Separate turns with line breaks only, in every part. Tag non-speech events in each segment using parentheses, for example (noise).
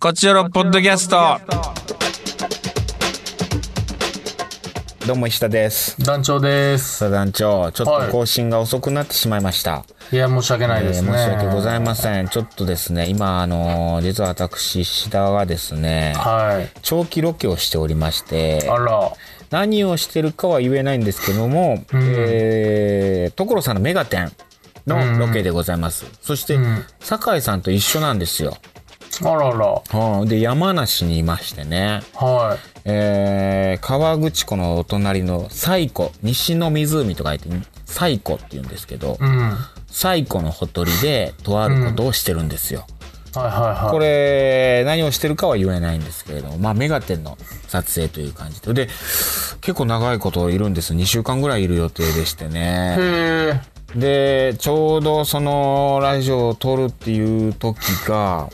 こちらのポッドキャスト。
どうも石田です。
団長です。
さあ団長、ちょっ
は
と
い
更新が遅くなってしまいました。
いや、申し訳ない
えー
ですね。
申し訳ございません。ちょっとですね、今、あのー実は私、石田がですね、
はい。
長期ロケをしておりまして
あ、ら、
何をしてるかは言えないんですけども、えー、所さんのメガテンのロケでございます。そして
ん、
酒井さんと一緒なんですよ。
あらら。
うんで、山梨にいましてね。
は
えー、河口湖のお隣の西湖、西の湖と書いて、西湖って言うんですけど、
い。うん。はい
西湖のほとりで、とあることをしてるんですよ。
はいはい。
これ、何をしてるかは言えないんですけれども、まあ、メガテンの撮影という感じで。で、結構長いこといるんです。2週間ぐらいいる予定でしてね。
へえ。
でちょうどそのラジオを撮るっていう時が、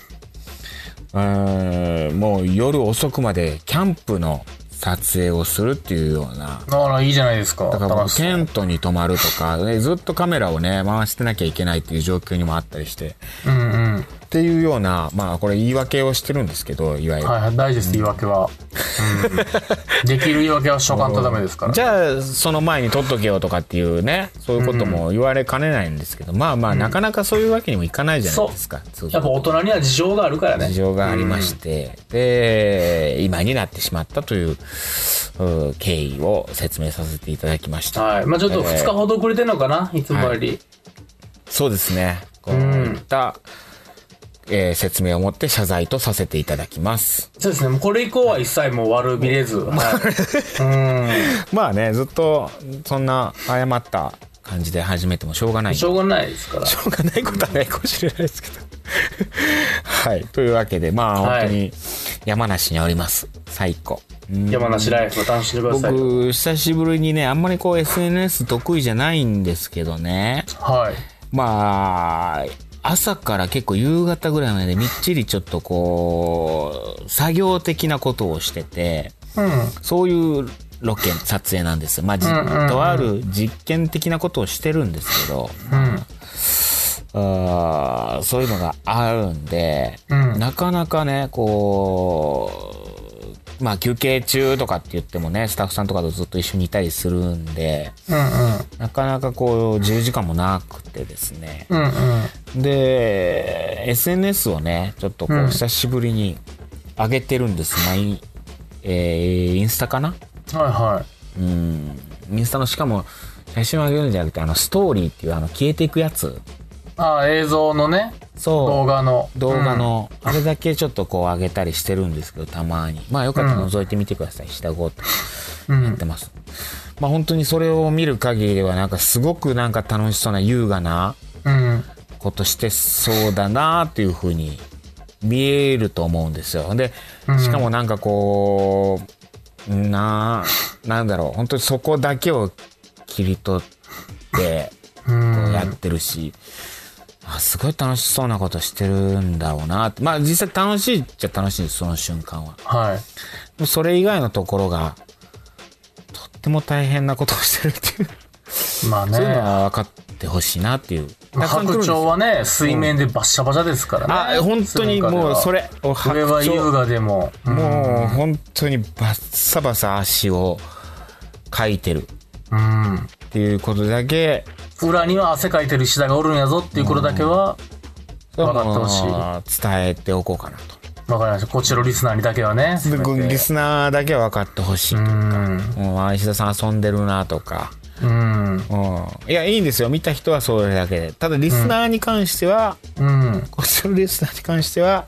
えーもう夜遅くまでキャンプの撮影をするっていうような
あら、いいじゃないですか。
だからも
高
う
橋さん
テントに泊まるとか、ねずっとカメラをね回してなきゃいけないっていう状況にもあったりして
うんうん。
っていうようなまあこれ言い訳をしてるんですけどいわゆる。
はいはい。大事です、言い訳は。
(laughs)
うん。できる言い訳はしとかんとダメですから。
じゃあその前に撮っとけよとかっていうねそういうことも言われかねないんですけど、まあまあなかなかそういうわけにもいかないじゃないですか、そういうこと
やっぱ大人には事情があるからね。
事情がありまして、で今になってしまったといううん経緯を説明させていただきました、
はい。まあちょっと2日ほど遅れてんのかな、いつもより。
そうですねこういった、えー説明をもって謝罪とさせていただきます
そうですね。もうこれ以降は一切もう悪びれず。はい。
まあねずっとそんな謝った感じで始めてもしょうがな
う
い
ん。しょうがないですから。
しょうがないことはないかもしれないですけど (laughs) はいというわけでまあ
はい
本当に山梨におります最高うん
山梨ライフを楽しんでください。
僕久しぶりにねあんまりこう SNS 得意じゃないんですけどね
はい。
まあ朝から結構夕方ぐらいまでみっちりちょっとこう作業的なことをしてて
うん。
そういうロケ撮影なんですまあ、じ
うんうんうん
とある実験的なことをしてるんですけど
うん。
あーそういうのがあるんで、
うん
なかなかねこうまあ休憩中とかって言ってもねスタッフさんとかとずっと一緒にいたりするんで
うんうん。
なかなかこう自由時間もなくてですね
うんうん。
で SNS をねちょっとこ
う
うん久しぶりに上げてるんです、まあいえーインスタかな
はいは
うんインスタのしかも写真を上げるんじゃなくてあのストーリーっていうあの消えていくやつ
い。ああ、映像のね、
そう
動画の。
動画のあれだけちょっとこう上げたりしてるんですけどたまにまあよかったら覗いてみてください下5って
うん。う
やっ
ん
てます、まあ本当にそれを見る限りではなんかすごくなんか楽しそうな優雅な
うん。
ことしてそうだなっていうふうに見えると思うんですよでしかもなんかこうななんだろう本当にそこだけを切り取って
うん。
やってるし、あすごい楽しそうなことしてるんだろうなってまあ実際楽しいっちゃ楽しいんですその瞬間は
はい。
でもそれ以外のところがとっても大変なことをしてるっていう、
まあ
そういうの
ね。
は分かってほしいなっていうたくさん来るんで
白
す
鳥はね、水面でバッシャバシャですからね。
あ本当にもうそれお
これは
白鳥
優雅でも。うん
もう本当にバッサバサ足をかいてる
うん。
っていうことだけ
裏には汗かいてる石田がおるんやぞっていうことだけは、分かってほしい
もう伝えておこうかなと
わかりました。こちらのリスナーにだけはね。
でこうリスナーだけは分かってほしいといううか
ん。
うん、あ石田さん遊んでるなとか、
う
う
ん。
ん、いやいいんですよ見た人はそれだけでただリスナーに関しては、
うん。
こっちのリスナーに関しては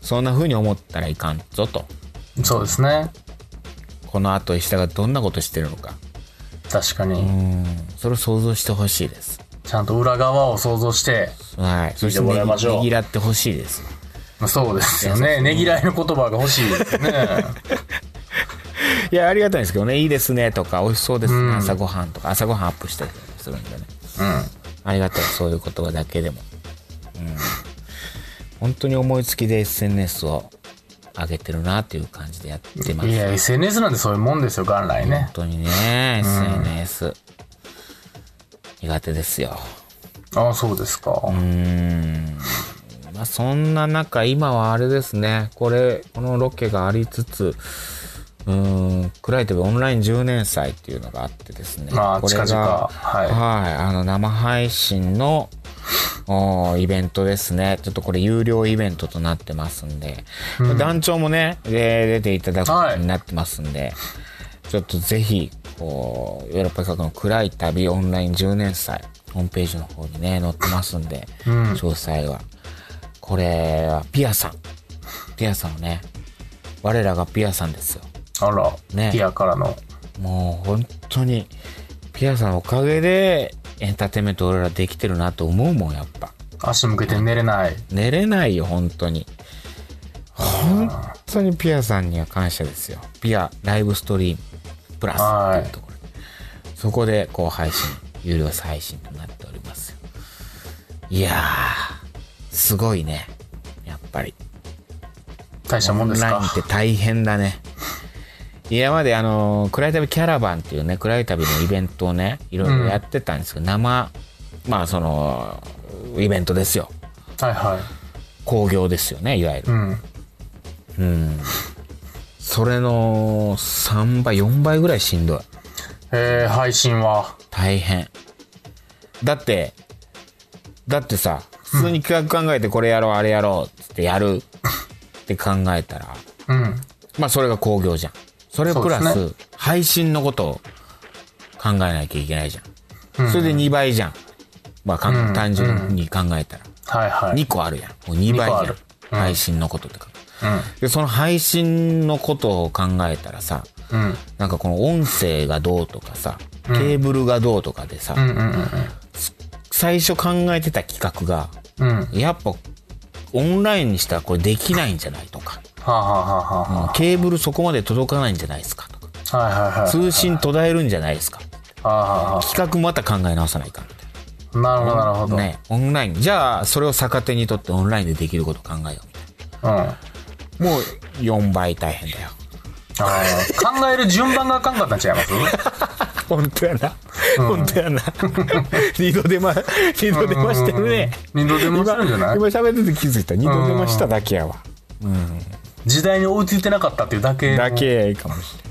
そんな風に思ったらいかんぞと
そうですね。
この後石田がどんなことしてるのか、
確か
う
に。
ん、それを想像してほしいです
ちゃんと裏側を想像して、
はいそして
もらいましょう
ねぎらってほしいです
そうですよね。ねぎらいの言葉が欲しいですね。
いやありがたいんですけどねいいですねとか美味しそうですね、
うん
朝ごはんとか朝ごはんアップしたりするんでね
うん。
ありがたいそういう言葉だけでも、うん、本当に思いつきで SNS を上げてるなっていう感じでやってます
(laughs) いや、SNS なんてそういうもんですよ、元来ね
本。当にね SNS、苦手ですよ
ああ、そうですか。
うーんまあ、そんな中、今はあれですね、これ、このロケがありつつ、うーん、クライテブオンライン10年祭っていうのがあってですね、
まあ
これが、
近々はい
あの、生配信の、おーイベントですね。ちょっとこれ有料イベントとなってますんで、団長もね、で出ていただくことになってますんで、ちょっとぜひ、こう、ヨーロッパ企画の暗い旅オンライン10年祭、ホームページの方にね、載ってますんで、
うん
詳細は。これはピアさん。ピアさんをね、我らがピアさんですよ。
あら、
ね
ピアからの。
もう本当に、ピアさんのおかげで、エンターテインメント俺らできてるなと思うもん、やっぱ。
足向けて寝れない。
寝れないよ、本当に。本当にピアさんには感謝ですよ。ピアライブストリームプラス
はい
っていうところ。そこで、こう配信、有料配信となっておりますよ。いやー、すごいね。やっぱり。
大したもんです
オンラインって
か。
大変だね。今まであの、暗い旅キャラバンっていうね、暗い旅のイベントをね、いろいろやってたんですけど、生、まあその、イベントですよ。
はいはい。
興行ですよね、いわゆる
う。ん。
うん。それの3倍、4倍ぐらいしんどい。
えー、配信は。
大変。だって、だってさ、普通に企画考えてこれやろう、あれやろうっつってやるって考えたら、
うん。
まあそれが興行じゃん。それプラ
そう
ス、配信のことを考えなきゃいけないじゃん。それで2倍じゃん。まあかん、
うん
単純に考えたら。
はいはい。
2個あるやん。もう2倍じゃ
二個あ
ん
る。うん
配信のこととか。
う
で、その配信のことを考えたらさ、
ん。うん。
なんかこの音声がどうとかさ、ケーブルがどうとかでさ、
うんうん
最初考えてた企画が、
うん。うん。は
やっぱオンラインにしたらこれできないんじゃないとか、
あ、はあはあは
ケーブルそこまで届かないんじゃないですかとか、
あ、はいはいはい。
通信途絶えるんじゃないですか。
はあはあは
企画また考え直さないかんみたい
あ。なるほどなるほど。
な。ね、オンライン。じゃあ、それを逆手にとってオンラインでできることを考えようみたい
うん。
な。
あ
もう4倍大変だよ。
ー考える順番があかんかったんちゃいます
(laughs)
(laughs)
本当やな。本当や (laughs) な。二度出ま、二度出ましてるね。
二度でもしてるんじゃない
今喋ってて気づいた二度出ましただけやわ
時代に追いついてなかったっていうだけ。
だけかもしれない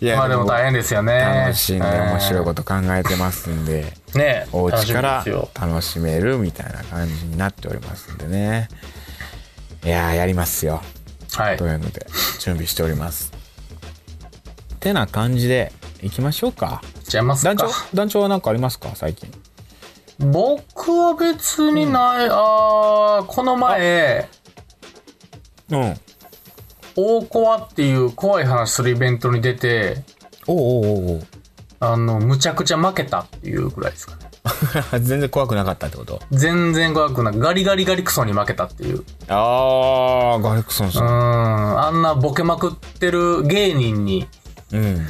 い
まあでも大変ですよね。
楽しんで面白い
い。
こと考えてますんで
ね
お
楽
家
し
か
みで
ら
すよ。
楽しめるみたいな感じになっておりますんでねいやーやりますよ
はい
と。いうので準備しておりますてな感じでいきましょうか
ちゃいます
団長
か。
団長は何かありますか最近
僕は別にない、あーこの前
うんおう
大コアっていう怖い話するイベントに出て
おうおうおう
あのむちゃくちゃ負けたっていうぐらいですかね
(laughs) 全然怖くなかったってこと
全然怖くないガリガリガリクソに負けたっていうう
ああガレクソン
ー
さ
ん
ん
あんなボケまくってる芸人に
うん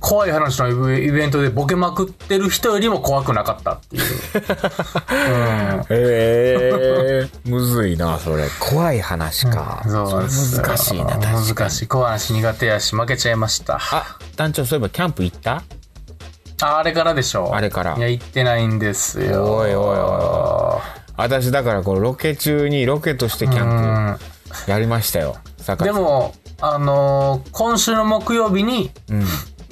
怖い話のイベントでボケまくってる人よりも怖くなかったっていう
(laughs)
うん
へえむずいなそれ怖い話か、
そうなんです
れ難しいな確かに
難しい怖い話苦手やし負けちゃいました
あ団長そういえばキャンプ行った
ああれからでしょ
あれから
いや、行ってないんですよ。
おいおいおいお私だからこうロケ中にロケとしてキャン
うん
プやりましたよ坂井
で
さん
も、あのー今週の木曜日に、
うん、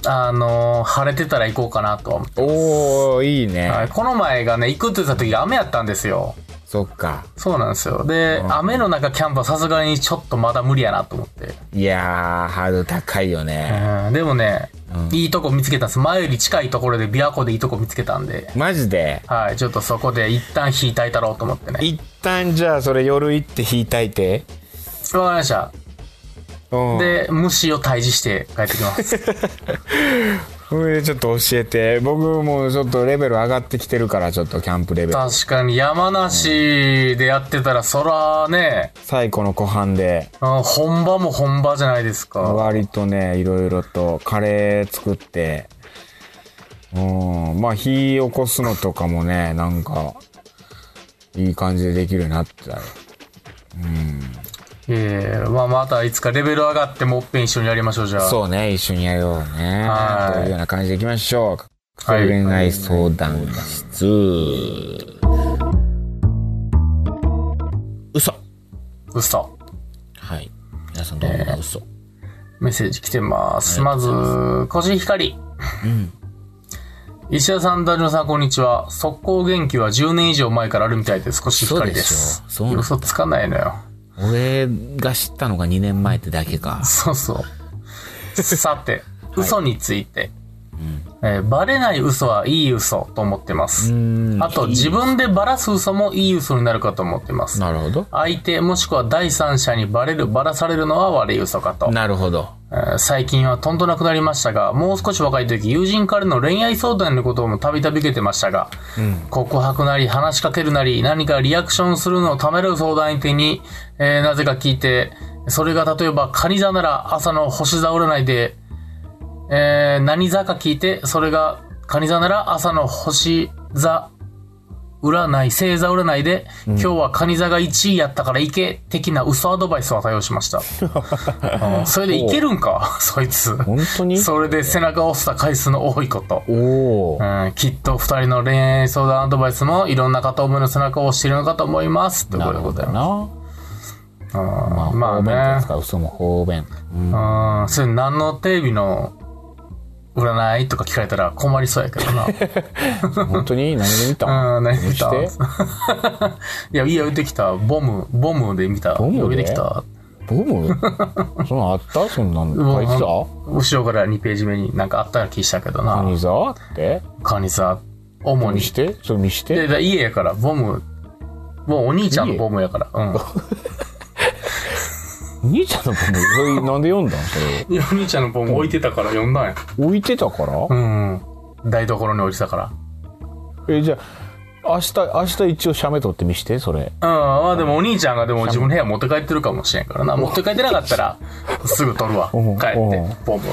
あのー晴れてたら行こうかなとは思って。
おおいいね、
はいこの前がね、行くって言った時雨やったんですよ。
そっか
そうなんですよ。で、雨の中キャンプはさすがにちょっとまだ無理やなと思って。
いやーハードル高いよね、
うんでもね、いいとこ見つけたんです。前より近いところで琵琶湖でいいとこ見つけたんで。
マジで
はい、ちょっとそこで一旦火炊いたろうと思ってね。
一旦じゃあそれ夜行って引いたいて、
わかりました。
うん、
で、虫を退治して帰ってきます。
(laughs) それでちょっと教えて僕もちょっとレベル上がってきてるからちょっとキャンプレベル
確かに山梨でやってたらそらね、
最後の湖畔で
うん本場も本場じゃないですか。
割とねいろいろとカレー作ってうんまあ火起こすのとかもねなんかいい感じでできるようになってたよ
ええまあまたいつかレベル上がってもういっぺん一緒にやりましょうじゃあ。
そうね一緒にやろうね
はい
というような感じでいきましょう
はい
恋愛相談室嘘
嘘。
はい。皆さんどうもが嘘。
メッセージ来てます。まず、コシヒカリ。石田さん、ダジオさん、こんにちは。速攻元気は10年以上前からあるみたいです。コシヒカリです。
そうですよそうなんだ
嘘つかないのよ。
俺が知ったのが2年前ってだけか。
そうそう。さて、嘘について、えーバレない嘘はいい嘘と思ってます。あと、自分でバラす嘘もいい嘘になるかと思ってます。
なるほど。
相手もしくは第三者にバレる、バラされるのは悪い嘘かと。
なるほど。
えー最近はとんとなくなりましたが、もう少し若い時、友人からの恋愛相談のこともたびたび受けてましたが、告白なり話しかけるなり、何かリアクションするのをためらう相談相手に、えーなぜか聞いて、それが例えばカニ座なら朝の星座占いで、えー何座か聞いて、それがカニ座なら朝の星座占い、星座占いで、今日はカニ座が1位やったから行け、的な嘘アドバイスを与えをしました。うんそれでいけるん
(laughs)
か、そいつ。
本当に
それで背中を押した回数の多いこと。
おお
う。ん、きっと二人の恋愛相談アドバイスもいろんな片思いの背中を押しているのかと思います。ということでございま
な。
す。うん
まあ、
ま
方便ってや
あ
つか、嘘も方便。うん
ね。うん、それ何のテレビの占いとか聞かれたら困りそうやけどな。
本当に何で見た
うん、何見た
して
いや、いや、言ってきた。ボム、ボムで見た。
ボムで
呼びてきた。
ボムそんなんあったそんなん書いてた
後ろから2ページ目になんかあったような気したけどな。
何座って
カニさ、主
見
に。
してそれ見し
で
て
だ家やから、ボム、もうお兄ちゃんのボムやから。 (laughs) うん。
兄ちゃんのボム (laughs) それなんで読んだんそれ
いやお兄ちゃんのボム置いてたから呼んだんや。
置いてたから
うん。台所に置いてたから。
えじゃあ明日明日一応写メ撮って見してそれ
うん。まあでもお兄ちゃんがでも自分の部屋持って帰ってるかもしれんからな。持って帰ってなかったら、すぐ取るわ。帰
うん
って
うん、
ボム。うん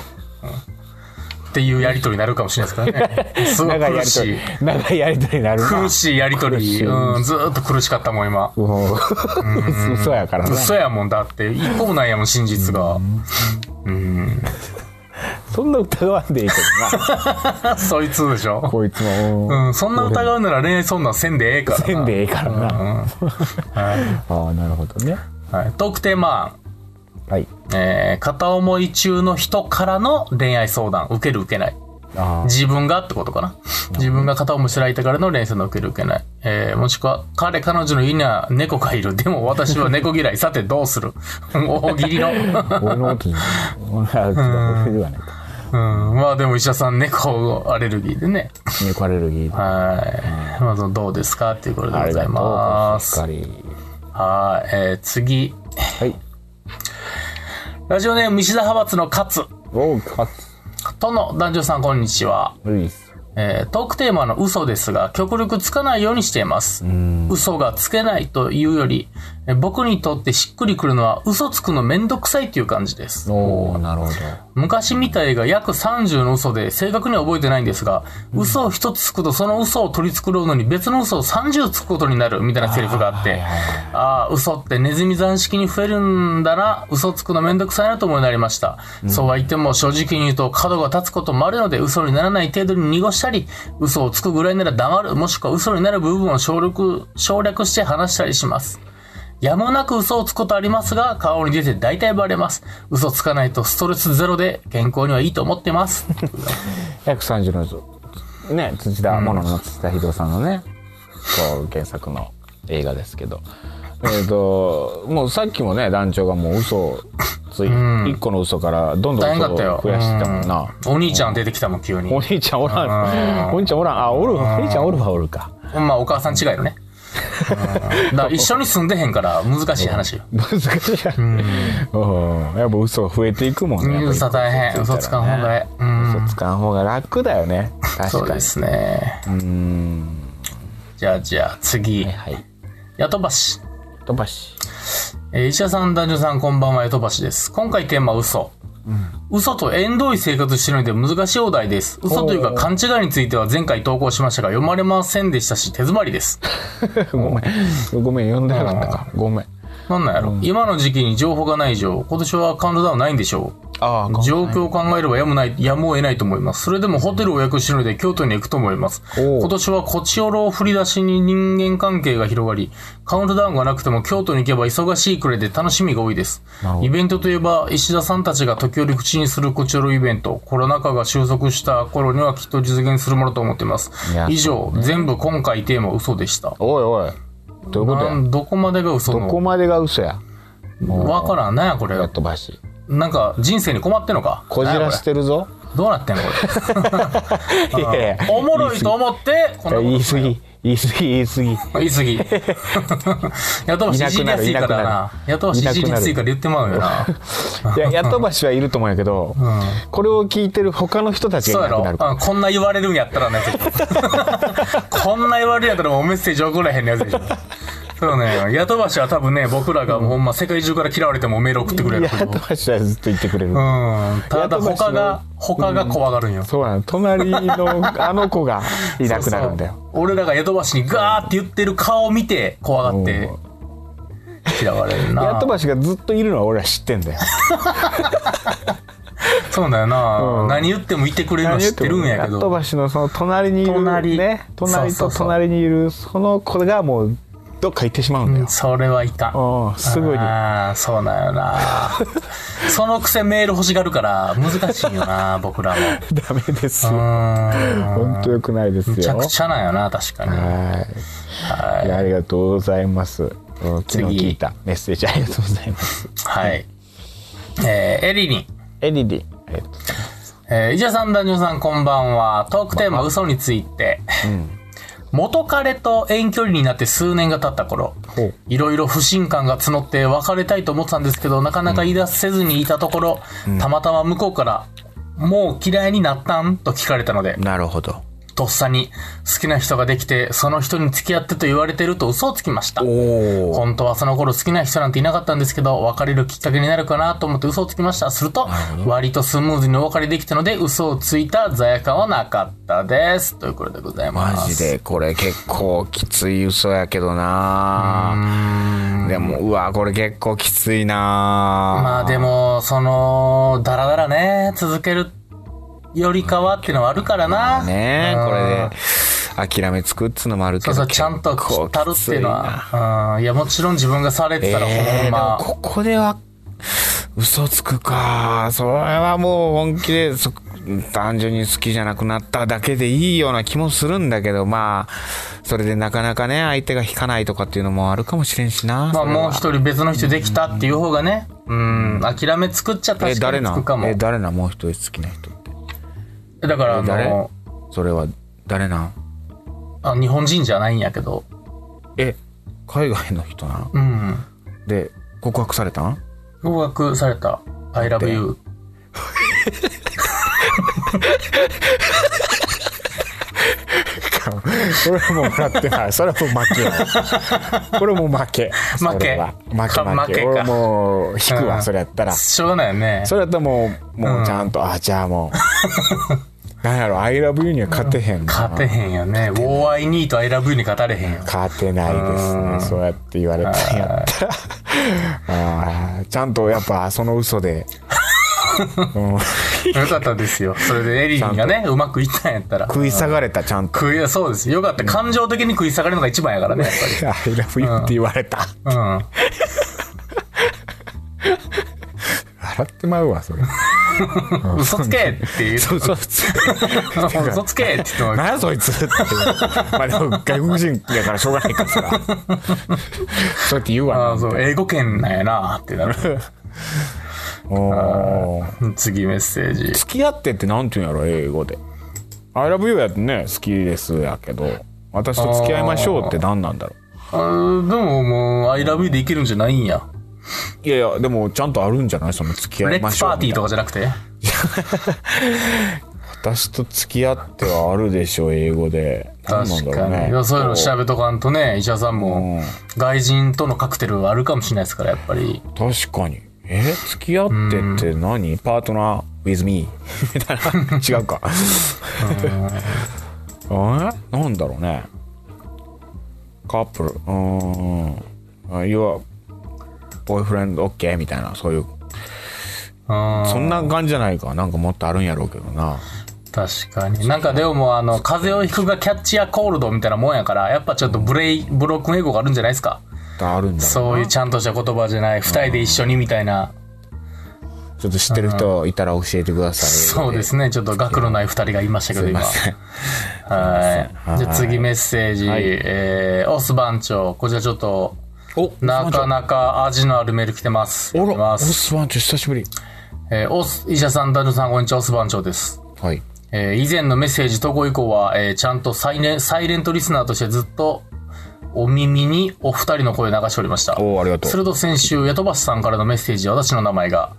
っていうやりとりになるかもしれないですから (laughs) ね。すごい
長いや
苦
りと
しい
り。長いやりとりになるな
苦しいやりと
苦し
り。
い
うん、ずーっと苦しかったもん、今。
うん嘘やからな
嘘やもんだって。一個もないやもん、真実が。うん。
そんな疑わんでいいけど (laughs) な
そいつでしょ。
こいつもうん
うん、そんな疑うなら恋愛そんなんせんでええからな。
せんでいいからな
はい。
(laughs) ああなるほどね
はい、トークテーマ、
はい
えー片思い中の人からの恋愛相談、受ける受けない。
あー
自分がってことかな。自分が片思いしてる相手からの恋愛相談、受ける受けない。えーもしくは、彼、彼女の家には猫がいる。でも私は猫嫌い。さてどうする (laughs) 大喜利の。 (laughs) うん
俺のことじゃない俺は俺ではないか
まあでも医者さん、猫アレルギーでね。
猫アレルギー
はい。まあそのどうですかっていうことでございま
あ
す。
りがとうございます
はい。えー次。
はい
ラジオネーム、西田派閥の勝。
おうかつ
との男女さん、こんにちは。
ういっす
えートークテーマの嘘ですが、極力つかないようにしています。嘘がつけないというより、えー僕にとってしっくりくるのは嘘つくのめんどくさいという感じです。
おおなるほど
昔みたいが約30の嘘で正確には覚えてないんですが、嘘を一つつくとその嘘を取り繕うのに別の嘘を30つくことになるみたいなセリフがあって、
はいはいはい
ああ、嘘ってネズミ算式に増えるんだな、嘘つくのめんどくさいなと思いになりました。そうは言っても正直に言うと角が立つこともあるので嘘にならない程度に濁したり、嘘をつくぐらいなら黙る、もしくは嘘になる部分を省略省略して話したりします。やむなく嘘をつくことありますが、顔に出て大体バレます。嘘つかないとストレスゼロで健康にはいいと思ってます。
(laughs) 約30のね土田ものの土田秀夫さんのねこう原作の映画ですけどえっ、ともうさっきもね団長がもう嘘をつい、一個の嘘からどんどん
大変
嘘
だったよ
を。増やしてたもんな、
お兄ちゃん出てきたもん、急に。
お兄ちゃんおらん、お兄ちゃんおらんあおるお兄ちゃんおるはおるか
まあ、お母さん違いのね。う
(laughs)
んだから一緒に住んでへんから難しい話よ。
難しいうんやっぱ嘘増えていくもんねやっぱり
嘘大変。嘘つかんほうがええ。うん。
嘘つかん方が楽だよね
そ
確
う
か
で
に
すね。
うん
じゃあ、じゃあ、次
は。いはい
ヤトバシ。
飛ば (laughs) し
えー、石田さん、男女さん、こんばんは、ヨトバシです。今回テーマは嘘。嘘と縁遠い生活してるので難しいお題です。嘘というか
おー
勘違いについては前回投稿しましたが読まれませんでしたし手詰まりです。
ごめん。ごめん、呼んでなかったか。ごめん。
なんなんやろ、今の時期に情報がない以上、今年はカウントダウンないんでしょう。
ああ、
状況を考えればやむない、やむを得ないと思います。それでもホテルを予約してるので京都に行くと思います。
おう
今年はコチオロを振り出しに人間関係が広がり、カウントダウンがなくても京都に行けば忙しいくらいで楽しみが多いです
なるほ。ど
イベントといえば、石田さんたちが時折口にするコチオロイベント、コロナ禍が収束した頃にはきっと実現するものと思っています
いや。
以上、全部今回テーマ嘘でした。
おいおいどういうこと
な
や
んどこまでが嘘
どこ
の
までが嘘や
わからん。なんやこ
やっ
れ。
とばし
なんか人生に困ってんのか。
こじらし
なんや
てるぞ
これどうなってんのこ
(laughs) いやいや
れ。おもろいと思って、こんなこと
言い過ぎ言い過ぎ言い過ぎ
言い過ぎ。
(laughs)
やとばしいじりやすいから
いなくな
な。やとばしいじりやすいから言ってまうよな。
いややっとばしはいると思うんやけど、これを聞いてる他の人たち
そう
が
や
いな
ろ
くなるから
うんこんな言われるんやったらね、こんな言われるんやったらもうメッセージ送らへんのやつでしょ。そうね、ヤトバシは多分ね、僕らがもうほんま世界中から嫌われてもメール送ってくれる
や
やつ。う
っとばしはずっと言ってくれる、
ん。ただ他が、他が怖がるんよ。
そうなの隣
(laughs)
のあの子がいなくなるんだよ
そう俺らがヤトバシにガーって言ってる顔を見て怖がって嫌われるな。
やっとばしがずっといるのは俺は知ってんだよ
そうだよな、
うん
何言ってもいてくれるの知ってるんやけ
っと
ど
ばしのその隣にいる
隣
ね隣
そ
と
うそうそう
隣にいるその子がもうどっか行ってしまうんだよ、
それはいかん
うんすぐに
ああそうだよ
(laughs)
なそのくせメール欲しがるから難しい
(laughs)
よな僕らも
ダメです
う
よ
ーん
本当良くないですよ
むちゃくちゃなんよな確かに
はいいやありがとうございますうん昨日聞いたメッセージありがとうございます
はいえー、エリリン
エリリンありがとうございます
えー、イジャさん、ダンジョンさん、こんばんは。トークテーマ、嘘について。元彼と遠距離になって数年が経った頃
ほう、
いろいろ不信感が募って別れたいと思ってたんですけど、なかなか言い出せずにいたところ、たまたま向こうから、もう嫌いになったんと聞かれたので、
なるほど。
とっさに好きな人ができて、その人に付き合ってと言われてると嘘をつきました。
おお。
本当はその頃好きな人なんていなかったんですけど、別れるきっかけになるかなと思って嘘をつきました。すると、割とスムーズにお別れできたので、嘘をついた罪悪感はなかったです。ということでございま
マ
す。
ジ。で、これ結構きつい嘘やけどなでも、うわ、これ結構きついな
まあでも、その、だらだらね、続けるよりかはっていうのはあるからな。
ね
うん
これで、諦めつくっつうのもあるけ
そう
ど。
そう、ちゃんと
結構
たるっていうのは。うん。いや、もちろん自分がされ
きつ
て
い
た
な。
ら、ほ
え
ん
ー、でも
ま。
ここでは、嘘つくか。それはもう本気で、そ単純に好きじゃなくなっただけでいいような気もするんだけど、まあ、それでなかなかね、相手が引かないとかっていうのもあるかもしれんしな。
まあ、
それは
もう一人別の人できたっていう方がね、うん、諦め作っちゃった
え、
し、
誰
つ
な
くかも
え、。誰なもう一人好きな人って。
だから、あ
誰
の、
それは、誰な
あ日本人じゃないんやけど、
え、海外の人なの
うん。
で、告白されたん
合格された、I love you。
それはもうもらっ
(laughs)
てない。それはもう負けや。これもう負け。
負け
それは負け
か
負け。
負けか
俺もう引く
う
わ、
ん
それやったら。そ
しょうがないよね。
れやったらもう、もうちゃんと、あ、じゃあもう。 (laughs) なんやろ、I love you には勝てへんな。
勝てへんよね。War I need I love you に勝たれへんよ。
勝てないですね。そうやって言われたんやったら。 (laughs) あーちゃんとやっぱ、その嘘で。うん
よかったですよ。それでエリンがね、うまくいったんやったら。
食い下がれた、ちゃんと。
食い、そうです。よかった。感情的に食い下がるのが一番やからね、やっ
(laughs) I love you って言われた。
ぱり。
笑ってまうわ、そ
(laughs)
れ。
うん。嘘つけってい
(laughs)
う。
そうそう、普通。
嘘つけって言っても
なんやそいつって。まあでも外国人だからしょうがないから
(laughs)
さ。そうやって言う
あ
わ
あ、
な。
そう、英語圏なんやなってなる。
おー
次メッセージ。
付き合ってってなんて言うんやろ、英語で。I love you やってね、好きですやけど、私と付き合いましょうって何なんだろ
あーでももう、I love you でいけるんじゃないんや。
う。いやいや、でもちゃんとあるんじゃないその付き合
レ
い
ッ
ま
ツ
しょ
パ
う
ーティ
み
ー
たい
と
な。
かじゃなくて
私と付き合ってはあるでしょ、英語で。何なんだ
確
ろ
か
う
に、
ね
いや。そういうの調べとかんとね医者さんも外人とのカクテルはあるかもしれないですからやっぱり
確かに。え付き合ってって何パートナー with me みたいな違うかえなんだろうねカップルうーんあ Your ボーイフレンド OK みたいな、そういう、
うん
そんな感じじゃないか。なんかもっとあるんやろうけどな。
確かに。なんかでも、あの、風邪をひくがキャッチやコールドみたいなもんやから、やっぱちょっとブレイ、ブロック英語があるんじゃないですか。
あるんだろう
そういうちゃんとした言葉じゃない、二人で一緒にみたいな。
ちょっと知ってる人いたら教えてください。
そうですね。ちょっと学のない二人がいましたけど、今。はい。じゃあ次メッセージ。えー、オス番長。こちらちょっと、
お
なかなか味のあるメール来てます。
お
読み
ら、
ま
オ
す
スワンチョ久しぶり。
えー、オス、医者さん、ダルさん、こんにちは、オス番長です。
はい。
えー以前のメッセージ投稿以降は、えーちゃんとサイレサイレントリスナーとしてずっとお耳にお二人の声を流しておりました。
おーありがとう
すると先週、ヤトバシさんからのメッセージで私の名前が、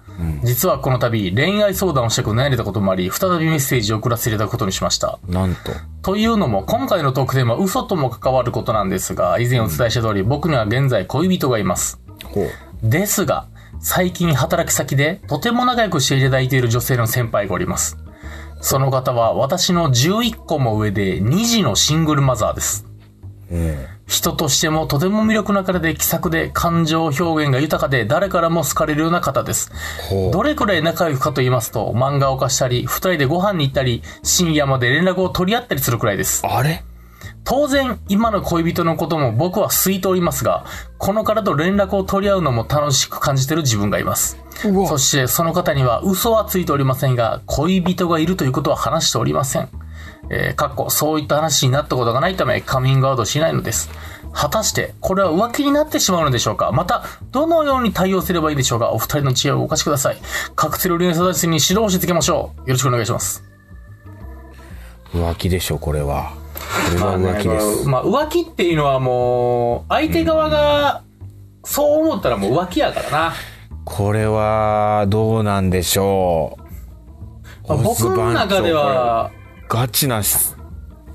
実はこの度、恋愛相談をしたく悩んでたこともあり、再びメッセージを送らせていただくことにしました。
なんと。
というのも、今回の特典は嘘とも関わることなんですが、以前お伝えした通り、僕には現在恋人がいます。
ほう。
ですが、最近働き先でとても仲良くしていただいている女性の先輩がおります。その方は私の11個も上で2児のシングルマザーです。人としてもとても魅力な方で気さくで感情表現が豊かで誰からも好かれるような方です。どれくらい仲良くかと言いますと漫画を貸したり、二人でご飯に行ったり、深夜まで連絡を取り合ったりするくらいです。
あれ
当然、今の恋人のことも僕は好いておりますが、この方と連絡を取り合うのも楽しく感じてる自分がいます。そして、その方には嘘はついておりませんが、恋人がいるということは話しておりません。えー、かっこ、そういった話になったことがないため、カミングアウトしないのです。果たして、これは浮気になってしまうのでしょうかまた、どのように対応すればいいでしょうかお二人の知恵をお貸しください。カテル連鎖ダイスに指導をしていきましょう。よろしくお願いします。
浮気でしょ、これは。これ
まあ
は
ね
浮気です。
まあ、まあ浮気っていうのはもう、相手側が、そう思ったらもう浮気やからな。
これは、どうなんでしょう。
まあ
オ
僕
ス
の
番長
中で、は、
これガチなし、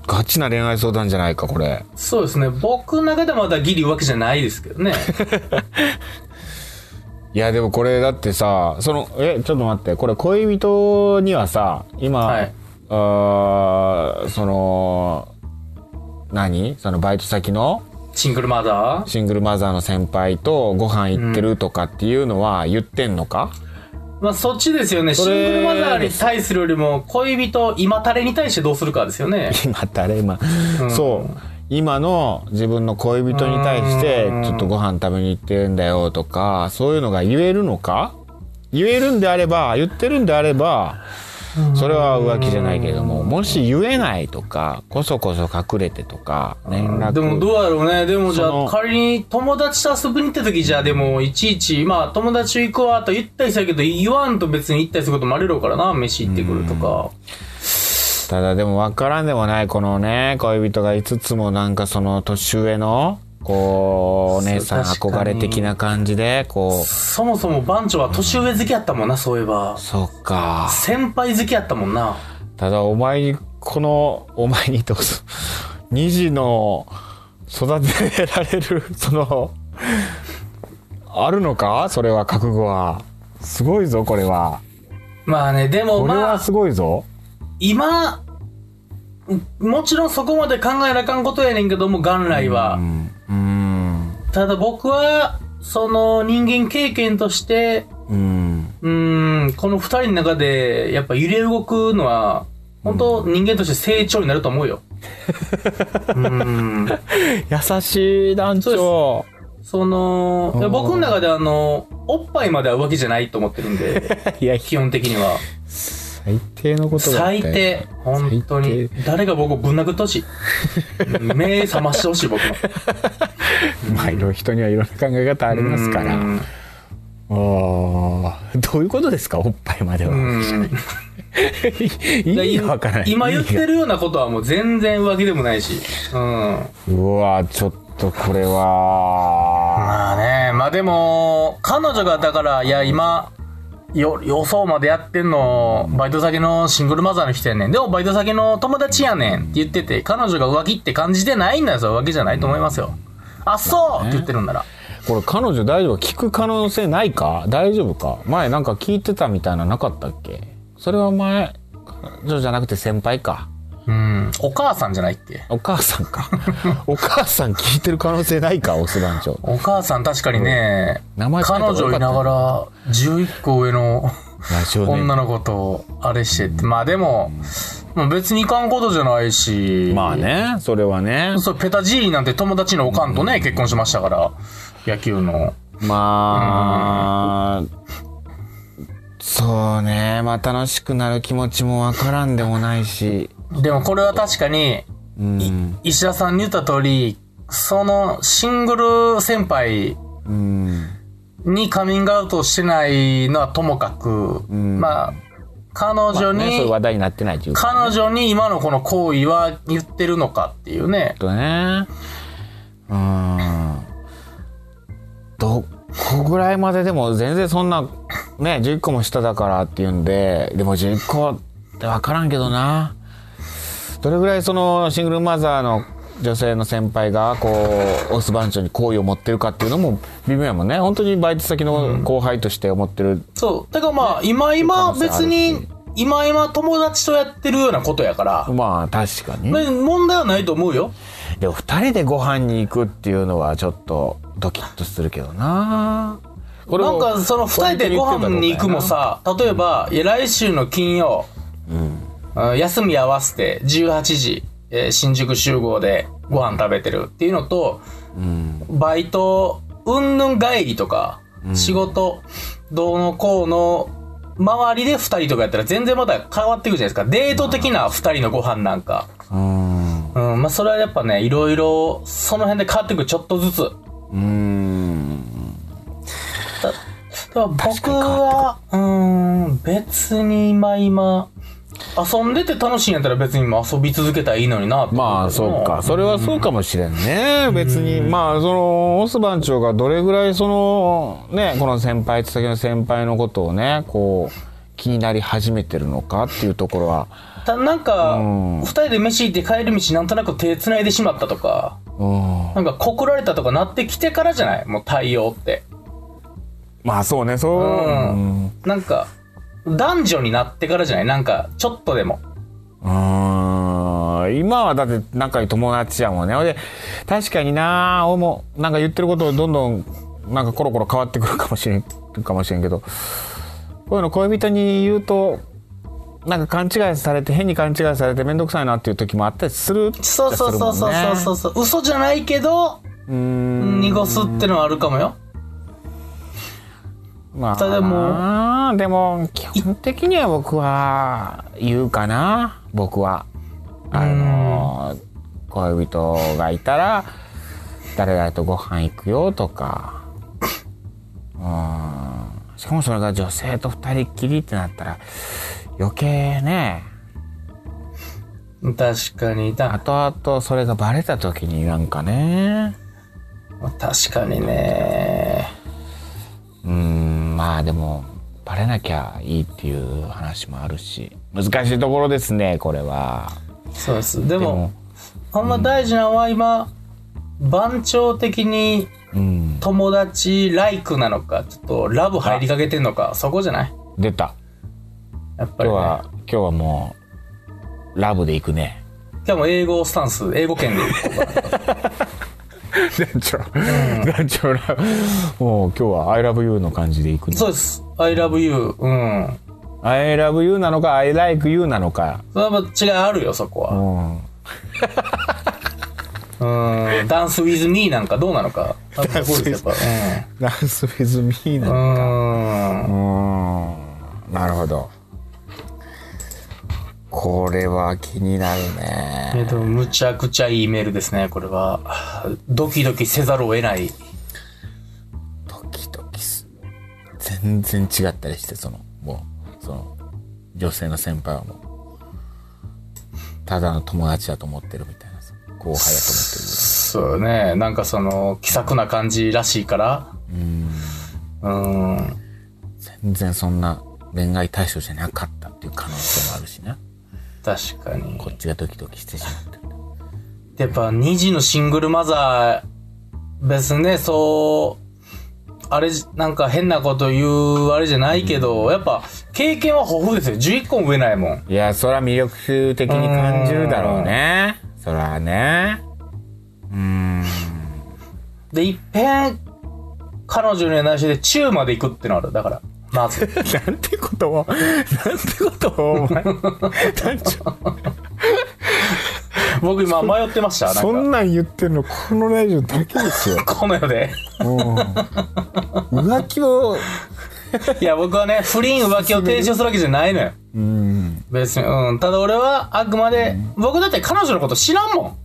ガチな恋愛相談じゃないか、これ。
そうですね、僕の中ではまだギリ浮気じゃないですけどね。
(laughs) いや、でもこれだってさ、その、え、ちょっと待って、これ恋人にはさ、今、
はい
あーその、何そのバイト先の
シングルマザー
シングルマザーの先輩とご飯行ってるとかっていうのは言ってんのか、
まあそっちですよね。シン
それ
グルマザーに対するよりも、恋人、今タレに対してどうするかです
(laughs)
よね。
今誰今、そう今の自分の恋人に対してちょっとご飯食べに行ってるんだよとかそういうのが言えるのか言えるんであれば言ってるんであればそれは浮気じゃないけれどももし言えないとかこそこそ隠れてとか連絡
でもどうやろうね。でもじ
そ
ゃあ
の
仮に友達と遊びに行った時じゃあでもいちいち、まあ友達と行こうと言ったりしたけど言わんと別に行ったりすることもあるやろうからな。飯行ってくるとか。
ただでも分からんでもないこのね恋人が5つもなんかその年上のこうお姉さん
そう確
憧
かに
れ的な感じでこう
そもそも番長は年上好きやったもんな、そういえば。
そっか
先輩好きやったもんな。
ただお前にこのお前にどう (laughs) ぞ2児の育てられる (laughs) そのあるのかそれは覚悟はすごいぞこれは
まあね、でも
これ
ま
は
あ、
すごいぞ、
今、んもちろんそこまで考えなあかんことやねんけども、元来は。
うん
ただ僕は、その人間経験として、
うん
うーん、この二人の中で、やっぱ揺れ動くのは、本当人間として成長になると思
(laughs)
うよ。うーん。
優しい団長
その、いや僕の中であの、おっぱいまでは浮気じゃないと思ってるんで、
(laughs) いや
基本的には。
最低のことだって
最低。本当に
最。
誰が僕をぶん殴ってほしい。うん目覚ましてほしい、僕の。
まあいろいろ人にはいろんな考え方ありますから
うん
ああどういうことですかおっぱいまでは、
うん。
(laughs) 意味がわからない
今言っ
意味
て
が
るようなことはもう全然浮気でもないし。うん。
うわちょっとこれは
まあね、まあでも、彼女がだから、いや、今、よ予想までやってんの、バイト先のシングルマザーの人やねん。でも、バイト先の友達やねんって言ってて、彼女が浮気って感じてないんだよ、それ浮気じゃないと思いますよ。あ、そうって言ってるんなら。
これ彼女大丈夫聞く可能性ないか大丈夫か前なんか聞いてたみたいななかったっけそれは前彼女じゃなくて先輩か
うん。お母さんじゃないっけ
お母さんか。お母さん聞いてる可能性ないか、オス番長。
お母さん確かにね、
名前変え
彼
た方がよ
女
か
い
った
ながら11個上の
ラジオネーム
女の子とあれしてって。まあでも、もう別にいかんことじゃないし。
まあね、それはね。
そう、ペタジーリなんて友達のおかんとね、結婚しましたから、野球の。
まあ、
そうね。まあ楽しくなる気持ちもわからんでもないし。
でもこれは確かに、い石田さんに言った通り、そのシングル先輩にカミングアウトしてないのはともかく、まあ、彼女に、
ね、そういう話題になってないというこ
彼女に今のこの行為は言ってるのかっていうね。
とね。
どこぐらいまででも全然そんな、ね、10個も下だからっていうんで、でも10個ってわからんけどな。どれぐらいそのシングルマザーの女性の先輩が、こう、オス番長に好意を持ってるかっていうのも微妙やもんね。本当にバイト先の後輩として思ってる。
そう。だからまあ、今今別に、今今友達とやってるようなことやから、
まあ、確かに。
ね問題はないと思うよ。
でも、二人でご飯に行くっていうのは、ちょっと、ドキッとするけどな。こ
なんかその2人でご飯に行くもさ例えば、いや来週の金曜、あ休み合わせて18時、えー新宿集合でご飯食べてるっていうのと、バイトうんぬん帰りとか、仕事どうのこうの周りで2人とかやったら全然また変わっていくじゃないですかデート的な2人のご飯なんか、うんまあ、それはやっぱねいろいろその辺で変わっていくちょっとずつ。だから僕は、うーん、別に今今、遊んでて楽しいんやったら別に今遊び続けたらいいのになって思
まあ、
けど
そうか。。それはそうかもしれんね。別に。まあ、その、オス番長がどれぐらい、その、ね、この先輩、先の先輩のことをね、こう、気になり始めてるのかっていうところは、
たなんか、二人で飯行って帰り道なんとなく手繋いでしまったとか、なんか告られたとかなってきてからじゃないもう対応って。
まあ、そうね、そう、
うん。なんか、男女になってからじゃないなんか、ちょっとでも。
うーん今はだって仲いい友達やもんね。ほいで、確かになおも、なんか言ってることどんどん、なんかコロコロ変わってくるかもしれん、かもしれんけど、こういうの恋人に言うと、なんか勘違いされて、変に勘違いされてめんどくさいなっていう時もあったりする。
そうそうそうそうそうそうそう。嘘じゃないけど、濁すってのはあるかもよ。
ま
ただ
あ、でも、基本的には僕は、言うかな僕は。あの、恋人がいたら、誰々とご飯行くよとか。うん。しかもそれが女性と二人っきりってなったら、余計ね、
確かに。だ
後々それがバレた時になんかね、
確かにね
うん、まあでも、バレなきゃいいっていう話もあるし、難しいところですね、これは。
そうですでも
も
ほんま大事なのは今番長的に友達ライクなのかちょっとラブ入りかけてんのかそこじゃない
出た。
やっぱ
今
り、
日
ね、
は、今日はもう、ラブで行くね。
今日も英語スタンス英語圏で
(laughs) 団長、団長、ラブもう今日は I love you の感じで行くね。
そうです I love you うん
I love you なのか、I like you なのか。
それはやっぱ違いあるよそこ
う
は
ん。
うんダンス with me なんかどうなのか多分そこですよやっ
ダンス with me な
ぱうんうん
うん。なるほど。これは気になるね。
えっと、むちゃくちゃいいメールですね、これは。ドキドキせざるを得ない。
ドキドキす全然違ったりしてそのもうその女性の先輩はもうただの友達だと思ってるみたいなさ後輩だと思ってる
そうね。なんかその、気さくな感じらしいから。うん。
全然そんな恋愛対象じゃなかったっていう可能性もあるしね
確かに。
こっちがドキドキしてしまってる
やっぱ、2児のシングルマザー、別にね、そう、あれじ、なんか変なこと言うあれじゃないけど、やっぱ経験は豊富ですよ。11個も上ないもん。
いや、そら魅力的に感じるだろうね。そらね。
で、いっぺん、彼女には内緒で中まで行くってのある。だから、
(laughs)
まず。
なんてことを、なんてことを、お前。なんちゅう
僕今迷ってました。なんか
そんなん言ってるの、このラジオだけですよ。
この世で。
浮気を、
いや、僕はね、不倫浮気を提唱するわけじゃないのよ。別に、うん。ただ俺は、あくまで、僕だって彼女のこと知らんもん。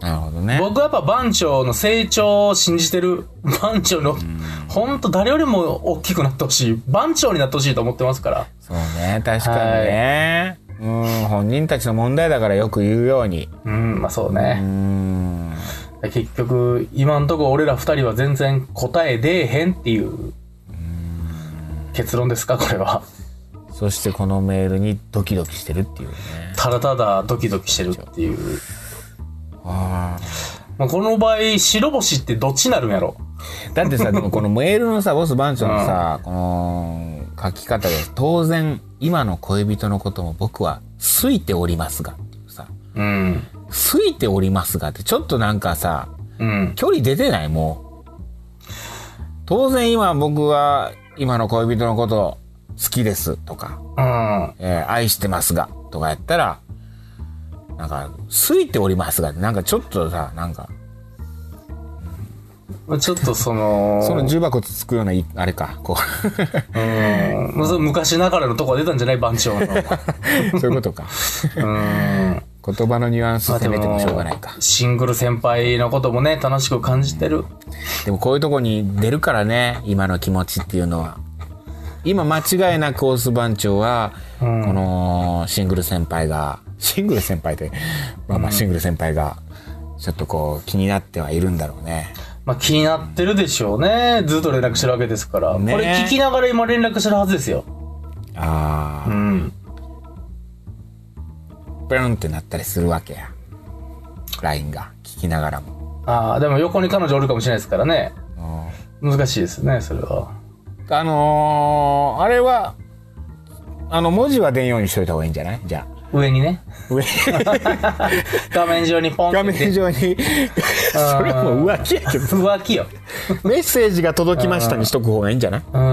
なるほどね。
僕はやっぱ番長の成長を信じてる。 (laughs) 番長の、ほんと誰よりも大きくなってほしい。番長になってほしいと思ってますから。
そうね、確かにね。うん、本人たちの問題だからよく言うように。
うん、まあそうね。結局、今んとこ俺ら二人は全然答え出えへんっていう結論ですか、これは。
そしてこのメールにドキドキしてるっていうね。
ただただドキドキしてるっていう。まあ、この場合、白星ってどっちになるんやろ
だってさ、でもこのメールのさ、ボス番長のさ、この書き方で、当然、今の恋人のことも僕は、好いておりますが、っていうさ、
うん。
好いておりますがって、ちょっとなんかさ、
うん。
距離出てないもう。当然今僕は、今の恋人のこと、好きですとか、
うん。
えー愛してますが、とかやったら、なんか、好いておりますがって、なんかちょっとさ、なんか、
まあちょっとその、
(laughs) その重箱つつくような言い、あれか、こう、
うんまあそれ昔ながらのとこ出たんじゃない番長
(laughs)
の。
そういう (laughs) ことか。
うん。
言葉のニュアンス攻めてもしょうがないか。
シングル先輩のこともね、楽しく感じてる。
でもこういうとこに出るからね、今の気持ちっていうのは。今間違いなくオス番長は、このシングル先輩が、シングル先輩で、まあまあシングル先輩が、ちょっとこう気になってはいるんだろうね。
まあ気になってるでしょうね。ずっと連絡してるわけですから。
ね
これ聞きながら今連絡してるはずですよ。
あ
うん。
あ、ペロンってなったりするわけや。LINE が聞きながらも。
ああ、でも横に彼女おるかもしれないですからね。難しいですね、それは。
あのー、あれは、あの文字は出んようにしといた方がいいんじゃないじゃあ。
上にね。 (laughs)
上
画面上にポンって
画面上にそれはもう浮気やけど
浮気よ。
メッセージが届きましたにしとく方がいいんじゃない
うん。でも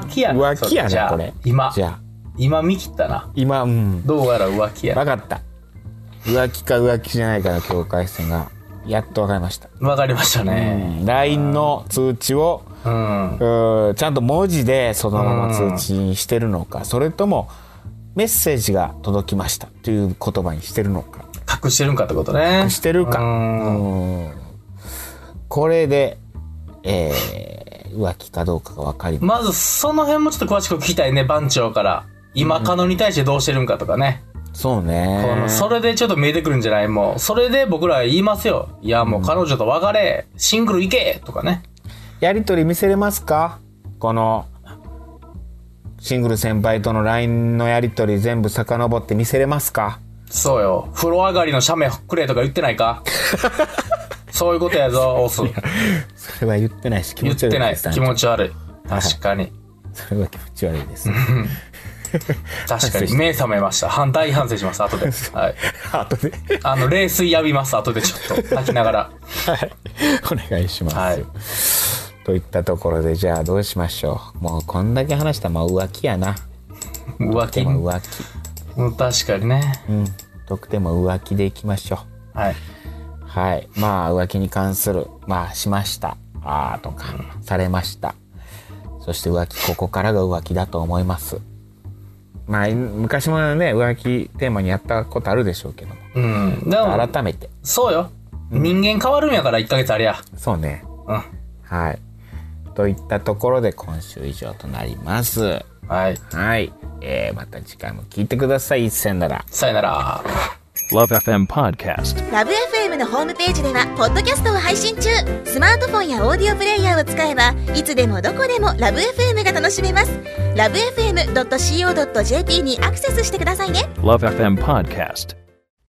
浮気やね
浮気や
それじ
ね
ゃあ
これ
今。
じゃあ
今見切ったな。
今うん
どうやら浮気や
分かった浮気か浮気じゃないかの境界線がやっと分かりました、
わかりました
う
ね。
ん、LINE の通知を
うん。
うんちゃんと文字でそのまま通知にしてるのかそれともメッセージが届きましたという言葉にしてるのか
隠してるんかってことね。
してるか
うん
うんこれで、えー浮気かどうかが分かりま
まず、その辺もちょっと詳しく聞きたいね、番長から。今、カノに対してどうしてるんかとかね。
そうね
このそれでちょっと見えてくるんじゃないもう、それで僕らは言いますよ。いや、もう彼女と別れ、シングル行けとかね。
やりとり見せれますかこのシングル先輩との LINE のやりとり全部遡って見せれますか
そうよ。風呂上がりの写メくれとか言ってない (laughs) かそういうことやぞ、オス。
それは言ってないし気
言
持
っ
ち悪い
てない
です。
気持ち悪い。確かに。
それは気持ち悪いです (laughs)
確かに。目覚めました。反大反省します、後 (laughs) で。はい。
あとで (laughs)
あの、冷水浴びます、後でちょっと。泣きながら。
はいお願いします、
(laughs) はい
といったところでじゃあどうしましょうもうこんだけ話したらまあ浮気やな
浮気
で。も浮気
うん確かにね。
うん得点も浮気でいきましょう
はい。
はい。まあ、浮気に関する、まあ、しました。ああ、とか、されました。そして浮気、ここからが浮気だと思います。まあ、い昔もね、浮気テーマにやったことあるでしょうけども。
うん。でも、
改めて。
そうよ。人間変わるんやから、1ヶ月ありゃ。
そうね。
う
はい。といったところで今週以上となります。
ん。はい。
はい。えー、また次回も聞いてください。せんなら。
さよなら。
Love FM Podcast.
ラブ f m のホームページではポッドキャストを配信中スマートフォンやオーディオプレイヤーを使えばいつでもどこでもラブ f m が楽しめますラブ FM.co.jp にアクセスしてくださいね
Love FM Podcast.